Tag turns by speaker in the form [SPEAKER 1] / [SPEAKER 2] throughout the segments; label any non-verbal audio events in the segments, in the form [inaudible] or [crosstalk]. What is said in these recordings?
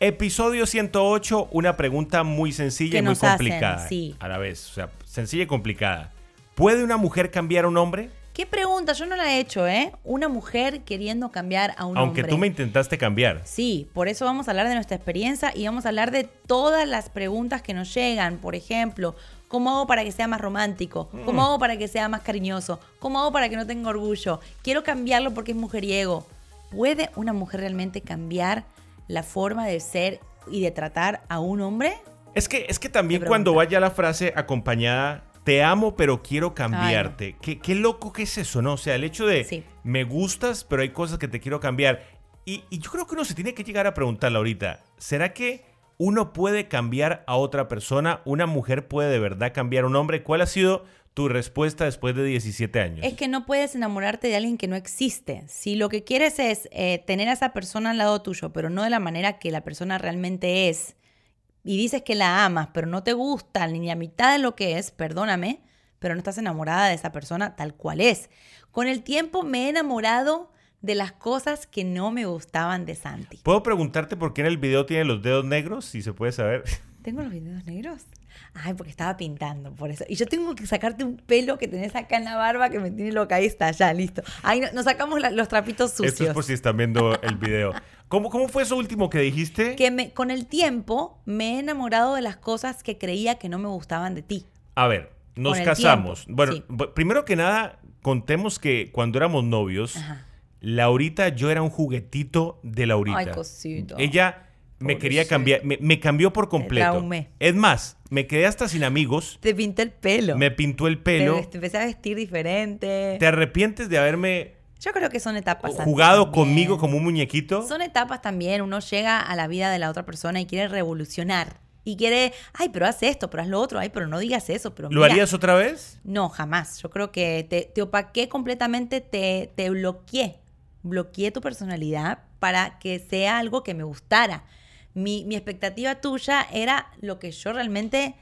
[SPEAKER 1] Episodio 108, una pregunta muy sencilla
[SPEAKER 2] Que
[SPEAKER 1] y muy
[SPEAKER 2] nos hacen,
[SPEAKER 1] complicada.
[SPEAKER 2] sí.
[SPEAKER 1] A la vez, o sea, sencilla y complicada. ¿Puede una mujer cambiar a un hombre?
[SPEAKER 2] ¿Qué pregunta? Yo no la he hecho, ¿eh? Una mujer queriendo cambiar a un
[SPEAKER 1] Aunque
[SPEAKER 2] hombre.
[SPEAKER 1] tú me intentaste cambiar.
[SPEAKER 2] Sí, por eso vamos a hablar de nuestra experiencia y vamos a hablar de todas las preguntas que nos llegan. Por ejemplo, ¿cómo hago para que sea más romántico?
[SPEAKER 1] Mm.
[SPEAKER 2] ¿Cómo hago para que sea más cariñoso? ¿Cómo hago para que no tenga orgullo? Quiero cambiarlo porque es mujeriego. ¿Puede una mujer realmente cambiar la forma de ser y de tratar a un hombre?
[SPEAKER 1] Es que, es que también
[SPEAKER 2] Qué
[SPEAKER 1] cuando
[SPEAKER 2] pregunta.
[SPEAKER 1] vaya la frase acompañada, te amo pero quiero cambiarte. ¿Qué, qué loco que es eso, ¿no? O sea, el hecho de
[SPEAKER 2] Sí.
[SPEAKER 1] me gustas pero hay cosas que te quiero cambiar. Y, y yo creo que uno se tiene que llegar a preguntarla ahorita, ¿será que uno puede cambiar a otra persona? ¿Una mujer puede de verdad cambiar a un hombre? ¿Cuál ha sido tu respuesta después de 17 años?
[SPEAKER 2] Es que no puedes enamorarte de alguien que no existe. Si lo que quieres es eh, tener a esa persona al lado tuyo, pero no de la manera que la persona realmente es, y dices que la amas, pero no te gusta ni la mitad de lo que es, perdóname, pero no estás enamorada de esa persona tal cual es. Con el tiempo me he enamorado de las cosas que no me gustaban de Santi.
[SPEAKER 1] ¿Puedo preguntarte por qué en el video tiene los dedos negros? Si se puede saber. [laughs]
[SPEAKER 2] ¿Tengo los videos negros? Ay, porque estaba pintando, por eso. Y yo tengo que sacarte un pelo que tenés acá en la barba que me tiene loca. Ahí está, ya, listo. Ahí no- nos sacamos la- los trapitos sucios.
[SPEAKER 1] Esto es por si están viendo el video. ¿Cómo, cómo fue eso último que dijiste?
[SPEAKER 2] Que me- con el tiempo me he enamorado de las cosas que creía que no me gustaban de ti.
[SPEAKER 1] A ver, nos
[SPEAKER 2] Con el
[SPEAKER 1] casamos.
[SPEAKER 2] tiempo,
[SPEAKER 1] Bueno,
[SPEAKER 2] sí.
[SPEAKER 1] bu- primero que nada, contemos que cuando éramos novios,
[SPEAKER 2] Ajá.
[SPEAKER 1] Laurita, yo era un juguetito de Laurita.
[SPEAKER 2] Ay, cosito.
[SPEAKER 1] Ella me quería
[SPEAKER 2] Pobrecito.
[SPEAKER 1] cambiar, me, me cambió por completo.
[SPEAKER 2] traumé.
[SPEAKER 1] Es más, me quedé hasta sin amigos,
[SPEAKER 2] Te pinté el pelo.
[SPEAKER 1] me pintó el
[SPEAKER 2] Te
[SPEAKER 1] pelo.
[SPEAKER 2] ves- Te empecé a vestir diferente.
[SPEAKER 1] ¿Te arrepientes de haberme
[SPEAKER 2] Yo creo que son etapas. Santi,
[SPEAKER 1] jugado
[SPEAKER 2] también.
[SPEAKER 1] conmigo como un muñequito?
[SPEAKER 2] Son etapas también. Uno llega a la vida de la otra persona y quiere revolucionar. Y quiere, ay, pero haz esto, pero haz lo otro, ay, pero no digas eso, pero
[SPEAKER 1] ¿Lo
[SPEAKER 2] mira".
[SPEAKER 1] harías otra vez?
[SPEAKER 2] No, jamás. Yo creo que te, te opaqué completamente, te, te bloqueé. Bloqueé tu personalidad para que sea algo que me gustara. Mi, mi expectativa tuya era lo que yo realmente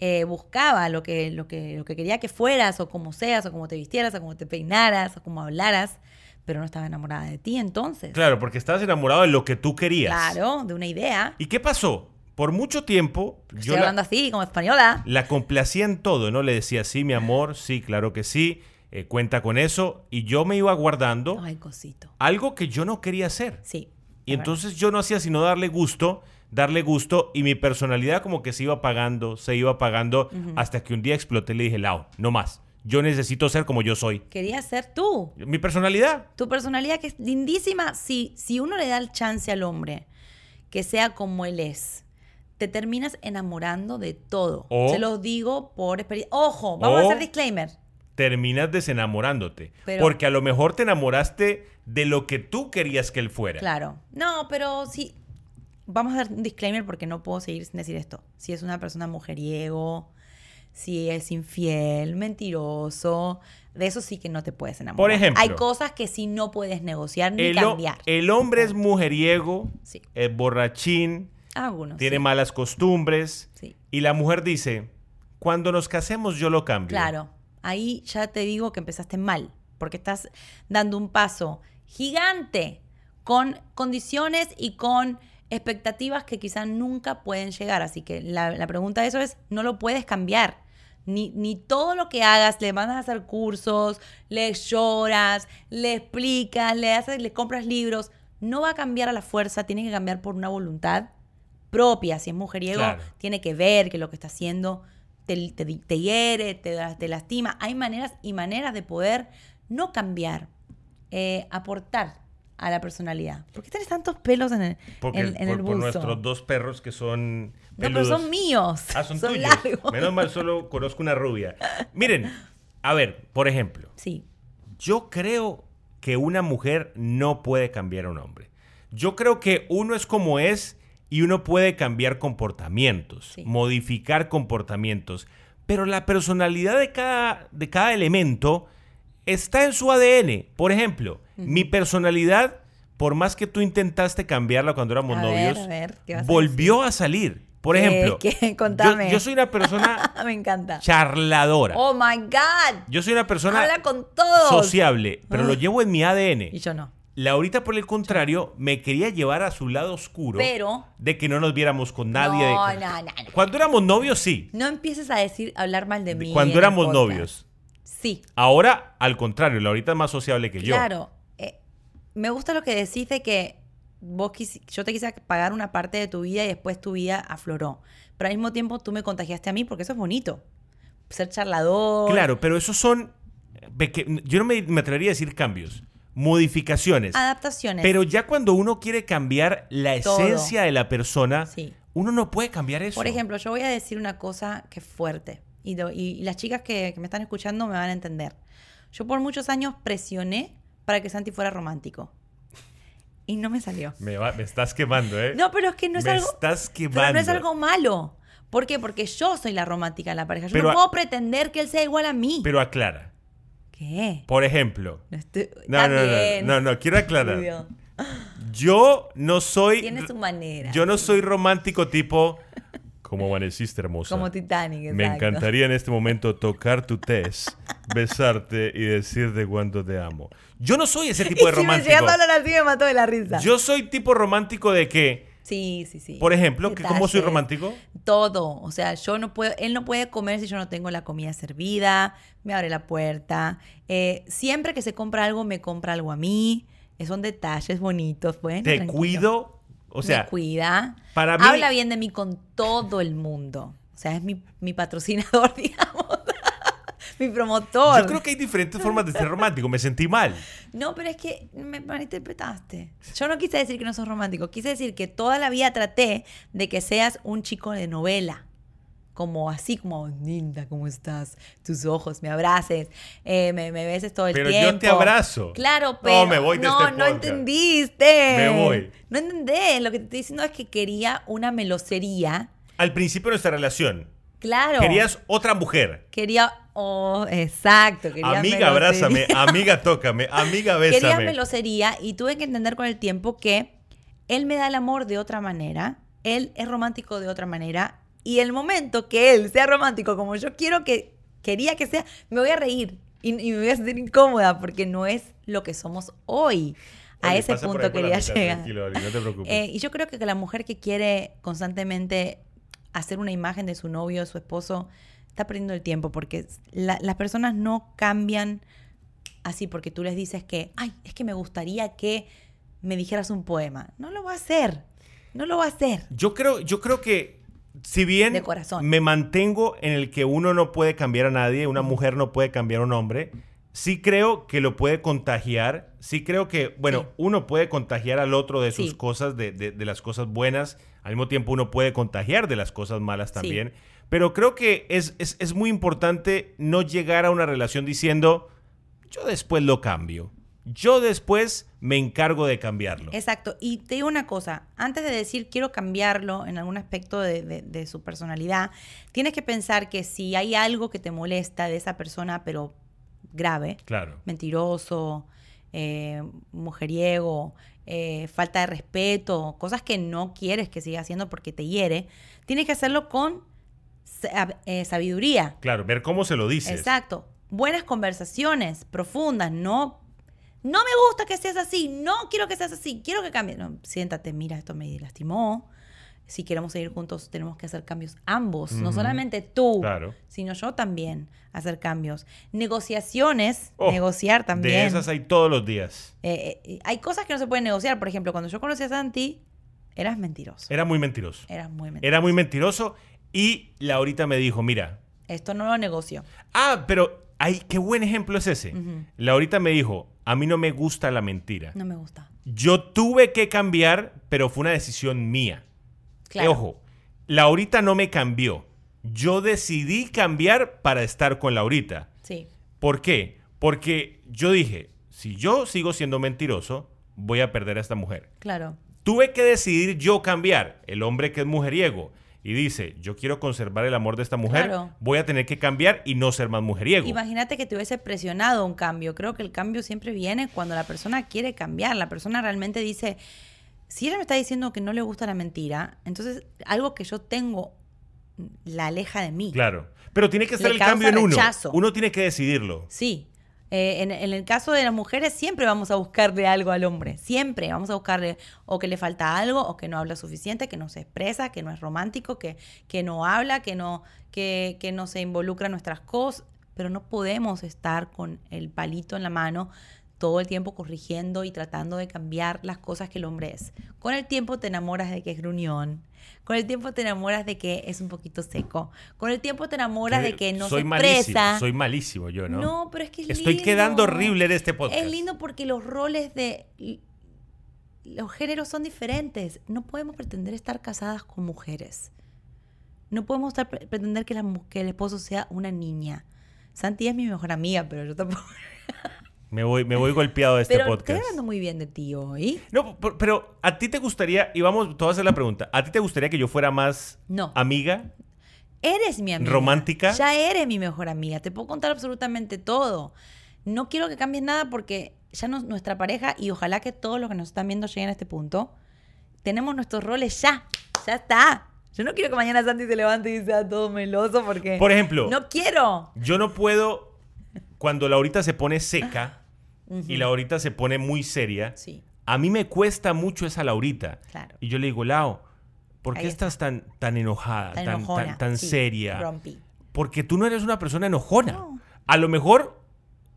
[SPEAKER 2] eh, buscaba, lo que, lo, que, lo que quería que fueras, o como seas, o como te vistieras, o como te peinaras, o como hablaras, pero no estaba enamorada de ti entonces.
[SPEAKER 1] Claro, porque estabas enamorado de lo que tú querías.
[SPEAKER 2] Claro, de una idea.
[SPEAKER 1] ¿Y qué pasó? Por mucho tiempo,
[SPEAKER 2] Estoy
[SPEAKER 1] la-
[SPEAKER 2] hablando así, como española.
[SPEAKER 1] La complacía en todo, ¿no? Le decía, sí, mi amor, sí, claro que sí, eh, cuenta con eso. Y yo me iba guardando
[SPEAKER 2] Ay, cosito.
[SPEAKER 1] algo que yo no quería hacer.
[SPEAKER 2] Sí.
[SPEAKER 1] Y
[SPEAKER 2] la verdad.
[SPEAKER 1] entonces yo no hacía sino darle gusto, darle gusto, y mi personalidad como que se iba apagando, se iba apagando, hasta que un día exploté y le dije, Lao, no más, yo necesito ser como yo soy.
[SPEAKER 2] Quería ser tú.
[SPEAKER 1] Mi personalidad.
[SPEAKER 2] Tu personalidad que es lindísima, si, si uno le da el chance al hombre que sea como él es, te terminas enamorando de todo.
[SPEAKER 1] O-
[SPEAKER 2] Se los digo por experiencia. Ojo, vamos
[SPEAKER 1] O-
[SPEAKER 2] a hacer disclaimer.
[SPEAKER 1] Terminas desenamorándote.
[SPEAKER 2] Pero-
[SPEAKER 1] porque a lo mejor te enamoraste de lo que tú querías que él fuera.
[SPEAKER 2] Claro. No, pero sí. Vamos a dar un disclaimer porque no puedo seguir sin decir esto. Si es una persona mujeriego, si es infiel, mentiroso, de eso sí que no te puedes enamorar.
[SPEAKER 1] Por ejemplo. eh,
[SPEAKER 2] Hay cosas que sí no puedes negociar ni
[SPEAKER 1] El, ho-
[SPEAKER 2] cambiar.
[SPEAKER 1] el hombre es mujeriego,
[SPEAKER 2] Sí.
[SPEAKER 1] es borrachín,
[SPEAKER 2] Algunos.
[SPEAKER 1] tiene
[SPEAKER 2] sí.
[SPEAKER 1] malas costumbres.
[SPEAKER 2] Sí.
[SPEAKER 1] Y la mujer dice, cuando nos casemos yo lo cambio.
[SPEAKER 2] Claro, ahí ya te digo que empezaste mal, porque estás dando un paso gigante con condiciones y con expectativas que quizás nunca pueden llegar. Así que la, la pregunta de eso es, no lo puedes cambiar. Ni, ni todo lo que hagas, le mandas a hacer cursos, le lloras, le explicas, le, haces, le compras libros, no va a cambiar a la fuerza, tiene que cambiar por una voluntad propia. Si es mujeriego,
[SPEAKER 1] Claro.
[SPEAKER 2] tiene que ver que lo que está haciendo te, te, te hiere, te, te lastima. Hay maneras y maneras de poder no cambiar, eh, aportar a la personalidad. ¿Por qué tienes tantos pelos en el,
[SPEAKER 1] Porque
[SPEAKER 2] en, en
[SPEAKER 1] por,
[SPEAKER 2] el
[SPEAKER 1] por
[SPEAKER 2] buzo?
[SPEAKER 1] nuestros dos perros que son
[SPEAKER 2] no, pero
[SPEAKER 1] peludos.
[SPEAKER 2] son míos.
[SPEAKER 1] Ah, son, tuyos.
[SPEAKER 2] largos.
[SPEAKER 1] Menos mal solo conozco una rubia. Miren, a ver, por ejemplo,
[SPEAKER 2] [laughs] Sí, [laughs]
[SPEAKER 1] yo creo que una mujer no puede cambiar a un hombre. Yo creo que uno es como es y uno puede cambiar comportamientos,
[SPEAKER 2] Sí.
[SPEAKER 1] modificar comportamientos, pero la personalidad de cada, de cada elemento está en su ADN. Por ejemplo, mi personalidad, por más que tú intentaste cambiarla cuando éramos
[SPEAKER 2] A ver,
[SPEAKER 1] novios,
[SPEAKER 2] a ver, ¿qué vas a
[SPEAKER 1] volvió a, salir. Por
[SPEAKER 2] ¿Qué?
[SPEAKER 1] ejemplo,
[SPEAKER 2] ¿Qué?
[SPEAKER 1] yo-
[SPEAKER 2] Contame.
[SPEAKER 1] Yo, soy una
[SPEAKER 2] [laughs]
[SPEAKER 1] persona
[SPEAKER 2] me encanta.
[SPEAKER 1] charladora.
[SPEAKER 2] Oh my God.
[SPEAKER 1] Yo soy una persona
[SPEAKER 2] Habla con todos.
[SPEAKER 1] sociable, pero lo
[SPEAKER 2] Ay.
[SPEAKER 1] llevo en mi ADN.
[SPEAKER 2] Ah. Y yo no.
[SPEAKER 1] Laurita, por el contrario, me quería llevar a su lado oscuro
[SPEAKER 2] Pero-
[SPEAKER 1] de que no nos viéramos con nadie. de-
[SPEAKER 2] No, no, no, no.
[SPEAKER 1] Cuando éramos novios, sí.
[SPEAKER 2] No empieces a decir, a hablar mal de mí. en
[SPEAKER 1] Cuando
[SPEAKER 2] el
[SPEAKER 1] éramos
[SPEAKER 2] podcast.
[SPEAKER 1] novios.
[SPEAKER 2] Sí,
[SPEAKER 1] Ahora, al contrario, Laurita es más sociable que yo.
[SPEAKER 2] claro. Eh, me gusta lo que decís de que vos quisi- yo te quise pagar una parte de tu vida y después tu vida afloró. Pero al mismo tiempo tú me contagiaste a mí porque eso es bonito. Ser charlador.
[SPEAKER 1] Claro, pero esos son. peque- Yo no me, me atrevería a decir cambios, modificaciones.
[SPEAKER 2] Adaptaciones.
[SPEAKER 1] Pero ya cuando uno quiere cambiar la
[SPEAKER 2] Ah, Todo.
[SPEAKER 1] esencia de la persona,
[SPEAKER 2] Sí.
[SPEAKER 1] uno no puede cambiar eso.
[SPEAKER 2] Por ejemplo, yo voy a decir una cosa que es fuerte y, lo- y- y las chicas que, que me están escuchando me van a entender. Yo por muchos años presioné para que Santi fuera romántico y no me salió.
[SPEAKER 1] Me, va- me estás quemando, ¿eh?
[SPEAKER 2] No, pero es que no es
[SPEAKER 1] Me
[SPEAKER 2] algo.
[SPEAKER 1] estás
[SPEAKER 2] Pero no es
[SPEAKER 1] quemando.
[SPEAKER 2] algo malo. ¿Por qué? Porque yo soy la romántica en la pareja. Yo
[SPEAKER 1] Pero
[SPEAKER 2] no
[SPEAKER 1] a-
[SPEAKER 2] puedo pretender que él sea igual a mí.
[SPEAKER 1] Pero aclara.
[SPEAKER 2] ¿Qué?
[SPEAKER 1] Por ejemplo.
[SPEAKER 2] No, estoy-
[SPEAKER 1] No, no, no,
[SPEAKER 2] También.
[SPEAKER 1] no, no, quiero aclarar.
[SPEAKER 2] Julio,
[SPEAKER 1] Yo no soy.
[SPEAKER 2] Tiene su manera.
[SPEAKER 1] Yo no soy romántico tipo. Como amaneciste, hermosa.
[SPEAKER 2] Como Titanic,
[SPEAKER 1] Me
[SPEAKER 2] exacto. [laughs]
[SPEAKER 1] encantaría en este momento tocar tu test, besarte y decirte cuánto te amo. Yo no soy ese tipo de
[SPEAKER 2] [laughs] Y si me llegas
[SPEAKER 1] romántico.
[SPEAKER 2] a hablar así me mató de la risa.
[SPEAKER 1] Yo soy tipo romántico de que,
[SPEAKER 2] Sí, sí, sí.
[SPEAKER 1] por ejemplo, que ¿cómo soy
[SPEAKER 2] Detalles.
[SPEAKER 1] romántico?
[SPEAKER 2] Todo. O sea, yo no puedo, él no puede comer si yo no tengo la comida servida, me abre la puerta. Eh, siempre que se compra algo, me compra algo a mí. Eh, son detalles bonitos, bueno.
[SPEAKER 1] Te
[SPEAKER 2] tranquilo.
[SPEAKER 1] cuido. O sea,
[SPEAKER 2] me cuida.
[SPEAKER 1] para mí-
[SPEAKER 2] Habla bien de mí con todo el mundo. O sea, es mi, mi patrocinador, [laughs] digamos. mi promotor.
[SPEAKER 1] yo creo que hay diferentes formas de ser romántico. Me sentí mal.
[SPEAKER 2] No, pero es que me malinterpretaste. Yo no quise decir que no sos romántico. Quise decir que toda la vida traté de que seas un chico de novela. Como así, como, linda, ¿cómo estás? Tus ojos, me abraces, eh, me, me beses todo el
[SPEAKER 1] Pero yo
[SPEAKER 2] tiempo.
[SPEAKER 1] te abrazo.
[SPEAKER 2] Claro,
[SPEAKER 1] No,
[SPEAKER 2] pero.
[SPEAKER 1] me voy de
[SPEAKER 2] no,
[SPEAKER 1] este
[SPEAKER 2] no
[SPEAKER 1] podcast.
[SPEAKER 2] entendiste.
[SPEAKER 1] Me voy.
[SPEAKER 2] No entendés. Lo que te estoy diciendo es que quería una melosería.
[SPEAKER 1] Al principio de nuestra relación,
[SPEAKER 2] Claro.
[SPEAKER 1] querías otra mujer.
[SPEAKER 2] Quería. Oh, exacto. Quería
[SPEAKER 1] Amiga,
[SPEAKER 2] melosería.
[SPEAKER 1] abrázame. Amiga, tócame. Amiga,
[SPEAKER 2] Quería
[SPEAKER 1] bésame.
[SPEAKER 2] melosería y tuve que entender con el tiempo que él me da el amor de otra manera, él es romántico de otra manera y el momento que él sea romántico como yo quiero que quería que sea, me voy a reír y, y me voy a sentir incómoda porque no es lo que somos hoy. A
[SPEAKER 1] Oye,
[SPEAKER 2] ese
[SPEAKER 1] pasa por
[SPEAKER 2] punto
[SPEAKER 1] ahí por la
[SPEAKER 2] quería
[SPEAKER 1] mitad,
[SPEAKER 2] llegar.
[SPEAKER 1] tranquilo, Ari, no te preocupes.
[SPEAKER 2] Eh, y yo creo que la mujer que quiere constantemente hacer una imagen de su novio, su esposo, está perdiendo el tiempo porque la- las personas no cambian así porque tú les dices que, ay, es que me gustaría que me dijeras un poema. No lo va a hacer. No lo va a hacer.
[SPEAKER 1] Yo creo, yo creo que si bien
[SPEAKER 2] De corazón.
[SPEAKER 1] me mantengo en el que uno no puede cambiar a nadie, una mujer no puede cambiar a un hombre, sí creo que lo puede contagiar, sí creo que, bueno,
[SPEAKER 2] Sí.
[SPEAKER 1] uno puede contagiar al otro de sus
[SPEAKER 2] Sí.
[SPEAKER 1] cosas, de, de- de las cosas buenas, al mismo tiempo uno puede contagiar de las cosas malas también,
[SPEAKER 2] Sí.
[SPEAKER 1] pero creo que es, es- es muy importante no llegar a una relación diciendo, yo después lo cambio, yo después me encargo de cambiarlo.
[SPEAKER 2] Exacto. Y te digo una cosa, antes de decir quiero cambiarlo en algún aspecto de, de- de su personalidad, tienes que pensar que si hay algo que te molesta de esa persona, pero grave,
[SPEAKER 1] Claro.
[SPEAKER 2] mentiroso, eh, mujeriego, eh, falta de respeto, cosas que no quieres que siga haciendo porque te hiere, tienes que hacerlo con sa- eh, sabiduría.
[SPEAKER 1] Claro, ver cómo se lo dices.
[SPEAKER 2] Exacto. Buenas conversaciones, profundas, no... No me gusta que seas así, no quiero que seas así, quiero que cambies. No, siéntate, mira, esto me lastimó. Si queremos seguir juntos, tenemos que hacer cambios ambos, no
[SPEAKER 1] Ujú.
[SPEAKER 2] solamente tú,
[SPEAKER 1] Claro.
[SPEAKER 2] sino yo también, hacer cambios. Negociaciones,
[SPEAKER 1] Oh,
[SPEAKER 2] negociar también.
[SPEAKER 1] De esas hay todos los días.
[SPEAKER 2] Eh, eh, hay cosas que no se pueden negociar. Por ejemplo, cuando yo conocí a Santi, eras mentiroso.
[SPEAKER 1] Era muy mentiroso.
[SPEAKER 2] Eras muy mentiroso.
[SPEAKER 1] Era muy mentiroso y Laurita me dijo, mira,
[SPEAKER 2] Esto no lo negocio.
[SPEAKER 1] ah, pero ay, qué buen ejemplo es ese.
[SPEAKER 2] Ujú.
[SPEAKER 1] Laurita me dijo, a mí no me gusta la mentira.
[SPEAKER 2] No me gusta.
[SPEAKER 1] Yo tuve que cambiar, pero fue una decisión mía.
[SPEAKER 2] Claro.
[SPEAKER 1] Ojo, Laurita no me cambió. Yo decidí cambiar para estar con Laurita.
[SPEAKER 2] Sí.
[SPEAKER 1] ¿Por qué? Porque yo dije, si yo sigo siendo mentiroso, voy a perder a esta mujer.
[SPEAKER 2] Claro.
[SPEAKER 1] Tuve que decidir yo cambiar. El hombre que es mujeriego y dice, yo quiero conservar el amor de esta mujer,
[SPEAKER 2] Claro.
[SPEAKER 1] voy a tener que cambiar y no ser más mujeriego.
[SPEAKER 2] Imagínate que te hubiese presionado un cambio. Creo que el cambio siempre viene cuando la persona quiere cambiar. La persona realmente dice, si ella me está diciendo que no le gusta la mentira, entonces algo que yo tengo la aleja de mí.
[SPEAKER 1] Claro. Pero tiene que
[SPEAKER 2] Le
[SPEAKER 1] ser el
[SPEAKER 2] causa
[SPEAKER 1] cambio en uno.
[SPEAKER 2] rechazo.
[SPEAKER 1] Uno tiene que decidirlo.
[SPEAKER 2] Sí. Eh, en, en el caso de las mujeres siempre vamos a buscarle algo al hombre, siempre vamos a buscarle o que le falta algo, o que no habla suficiente, que no se expresa, que no es romántico, que, que no habla, que no, que, que no se involucra en nuestras cosas, pero no podemos estar con el palito en la mano todo el tiempo corrigiendo y tratando de cambiar las cosas que el hombre es. Con el tiempo te enamoras de que es gruñón, con el tiempo te enamoras de que es un poquito seco, con el tiempo te enamoras de que no
[SPEAKER 1] soy
[SPEAKER 2] se
[SPEAKER 1] malísimo,
[SPEAKER 2] expresa.
[SPEAKER 1] soy malísimo yo, ¿no?
[SPEAKER 2] No, pero es que es
[SPEAKER 1] Estoy
[SPEAKER 2] lindo.
[SPEAKER 1] quedando horrible en este podcast.
[SPEAKER 2] Es lindo porque los roles de los géneros son diferentes. No podemos pretender estar casadas con mujeres. No podemos estar- pretender que, la mu- que el esposo sea una niña. Santi es mi mejor amiga, pero yo tampoco.
[SPEAKER 1] Me voy, me voy golpeado de este
[SPEAKER 2] pero estoy
[SPEAKER 1] podcast.
[SPEAKER 2] hablando muy bien de ti hoy.
[SPEAKER 1] No, por- pero a ti te gustaría, y vamos, te voy a hacer la pregunta, ¿a ti te gustaría que yo fuera más
[SPEAKER 2] No.
[SPEAKER 1] amiga?
[SPEAKER 2] Eres mi amiga.
[SPEAKER 1] ¿Romántica?
[SPEAKER 2] Ya eres mi mejor amiga. Te puedo contar absolutamente todo. No quiero que cambies nada porque ya nos- nuestra pareja, y ojalá que todos los que nos están viendo lleguen a este punto, tenemos nuestros roles ya. Ya está. Yo no quiero que mañana Santi se levante y sea todo meloso porque.
[SPEAKER 1] Por ejemplo,
[SPEAKER 2] Eh, No quiero.
[SPEAKER 1] yo no puedo, cuando Laurita se pone seca y Laurita se pone muy seria,
[SPEAKER 2] Sí.
[SPEAKER 1] a mí me cuesta mucho esa Laurita.
[SPEAKER 2] Claro.
[SPEAKER 1] Y yo le digo, Lao, ¿por qué
[SPEAKER 2] Ahí está.
[SPEAKER 1] estás tan, tan enojada,
[SPEAKER 2] Tan
[SPEAKER 1] Ah, tan, tan,
[SPEAKER 2] enojona.
[SPEAKER 1] tan
[SPEAKER 2] Sí,
[SPEAKER 1] seria?
[SPEAKER 2] Rompí.
[SPEAKER 1] Porque tú no eres una persona enojona.
[SPEAKER 2] No.
[SPEAKER 1] A lo mejor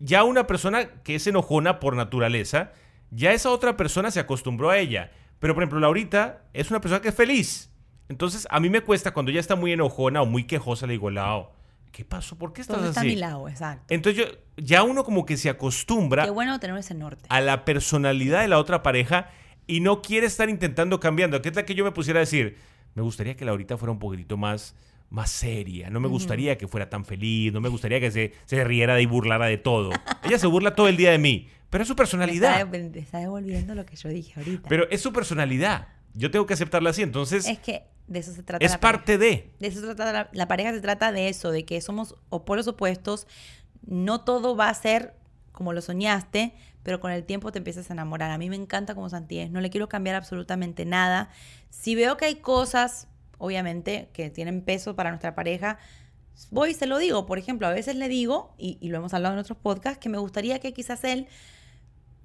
[SPEAKER 1] ya una persona que es enojona por naturaleza, ya esa otra persona se acostumbró a ella. Pero por ejemplo, Laurita es una persona que es feliz. Entonces a mí me cuesta cuando ella está muy enojona o muy quejosa, le digo, Lao, ¿qué pasó? ¿Por qué estás
[SPEAKER 2] ¿Dónde está
[SPEAKER 1] así?
[SPEAKER 2] mi lado? Exacto.
[SPEAKER 1] Entonces yo, ya uno como que se acostumbra
[SPEAKER 2] Qué bueno tener ese norte.
[SPEAKER 1] a la personalidad de la otra pareja y no quiere estar intentando cambiando. ¿Qué tal que yo me pusiera a decir? Me gustaría que Laurita fuera un poquitito más, más seria. No me gustaría que fuera tan feliz. No me gustaría que se, se riera y burlara de todo. [laughs] Ella se burla todo el día de mí. Pero es su
[SPEAKER 2] Me está,
[SPEAKER 1] personalidad.
[SPEAKER 2] dev- me está devolviendo lo que yo dije ahorita.
[SPEAKER 1] Pero es su personalidad. Yo tengo que aceptarla así. Entonces,
[SPEAKER 2] es que de eso se trata.
[SPEAKER 1] es
[SPEAKER 2] la pareja.
[SPEAKER 1] parte de.
[SPEAKER 2] De eso se trata la, la pareja, se trata de eso, de que somos o polos opuestos. No todo va a ser como lo soñaste, pero con el tiempo te empiezas a enamorar. A mí me encanta como Santi es, no le quiero cambiar absolutamente nada. Si veo que hay cosas, obviamente, que tienen peso para nuestra pareja, voy y se lo digo. Por ejemplo, a veces le digo, y, y lo hemos hablado en otros podcasts, que me gustaría que quizás él,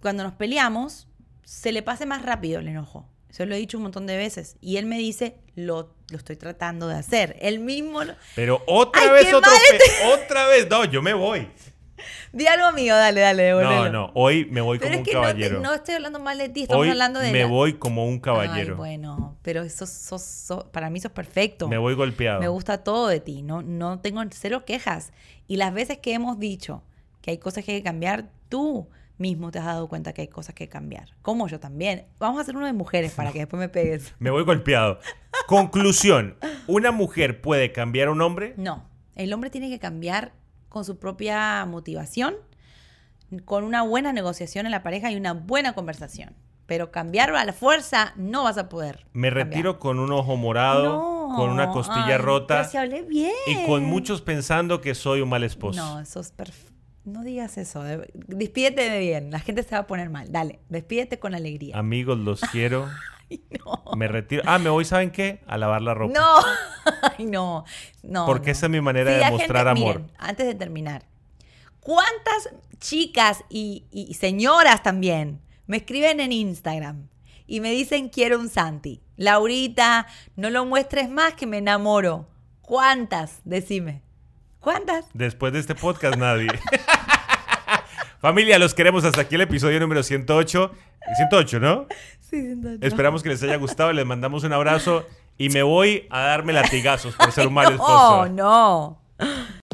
[SPEAKER 2] cuando nos peleamos, se le pase más rápido el enojo. Se lo he dicho un montón de veces. Y él me dice, lo, lo estoy tratando de hacer. Él mismo... Lo...
[SPEAKER 1] Pero otra
[SPEAKER 2] Ay,
[SPEAKER 1] vez,
[SPEAKER 2] qué
[SPEAKER 1] otro
[SPEAKER 2] mal
[SPEAKER 1] pe- otra vez. No, yo me voy.
[SPEAKER 2] Di algo mío, dale, dale, devuélvelo.
[SPEAKER 1] No, no. Hoy me voy
[SPEAKER 2] Pero
[SPEAKER 1] como
[SPEAKER 2] es
[SPEAKER 1] un
[SPEAKER 2] que no, te-
[SPEAKER 1] caballero.
[SPEAKER 2] no estoy hablando mal de ti, estamos
[SPEAKER 1] Hoy
[SPEAKER 2] hablando de...
[SPEAKER 1] me
[SPEAKER 2] la-
[SPEAKER 1] voy como un
[SPEAKER 2] Ay,
[SPEAKER 1] caballero.
[SPEAKER 2] bueno, pero sos, sos- sos- para mí sos perfecto.
[SPEAKER 1] Me voy golpeado.
[SPEAKER 2] Me gusta todo de ti, no, no tengo cero quejas. Y las veces que hemos dicho que hay cosas que hay que cambiar, tú mismo te has dado cuenta que hay cosas que cambiar. Como yo también. Vamos a hacer uno de mujeres para que después me pegues.
[SPEAKER 1] Me voy golpeado. Conclusión. ¿Una mujer puede cambiar a un hombre?
[SPEAKER 2] No, el hombre tiene que cambiar con su propia motivación, con una buena negociación en la pareja y una buena conversación. Pero cambiar a la fuerza no vas a poder.
[SPEAKER 1] Me
[SPEAKER 2] cambiar.
[SPEAKER 1] retiro con un ojo morado,
[SPEAKER 2] No,
[SPEAKER 1] con una costilla
[SPEAKER 2] ay,
[SPEAKER 1] rota
[SPEAKER 2] Pero si hablé bien.
[SPEAKER 1] y con muchos pensando que soy un mal esposo.
[SPEAKER 2] No, sos perfecto. No digas eso. de- Despídete de bien. La gente se va a poner mal. Dale, despídete con alegría.
[SPEAKER 1] Amigos,
[SPEAKER 2] [laughs]
[SPEAKER 1] los quiero.
[SPEAKER 2] No.
[SPEAKER 1] Me retiro. Ah, me voy, ¿saben qué? A lavar la ropa.
[SPEAKER 2] No. [laughs] Ay, no. No.
[SPEAKER 1] Porque
[SPEAKER 2] no.
[SPEAKER 1] esa es mi manera de
[SPEAKER 2] la
[SPEAKER 1] mostrar amor.
[SPEAKER 2] miren, antes de terminar, ¿cuántas chicas y, y- y señoras también me escriben en Instagram y me dicen quiero un Santi? Laurita, no lo muestres más que me enamoro. ¿Cuántas? Decime. ¿Cuántas?
[SPEAKER 1] Después de este podcast, nadie. [laughs] Familia, los queremos hasta aquí el episodio número 108. 108, ¿no?
[SPEAKER 2] Sí, siento- no.
[SPEAKER 1] Esperamos que les haya gustado. Les mandamos un abrazo y me voy a darme latigazos
[SPEAKER 2] [laughs]
[SPEAKER 1] por ser un mal esposo.
[SPEAKER 2] No, no.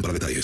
[SPEAKER 3] para detalles.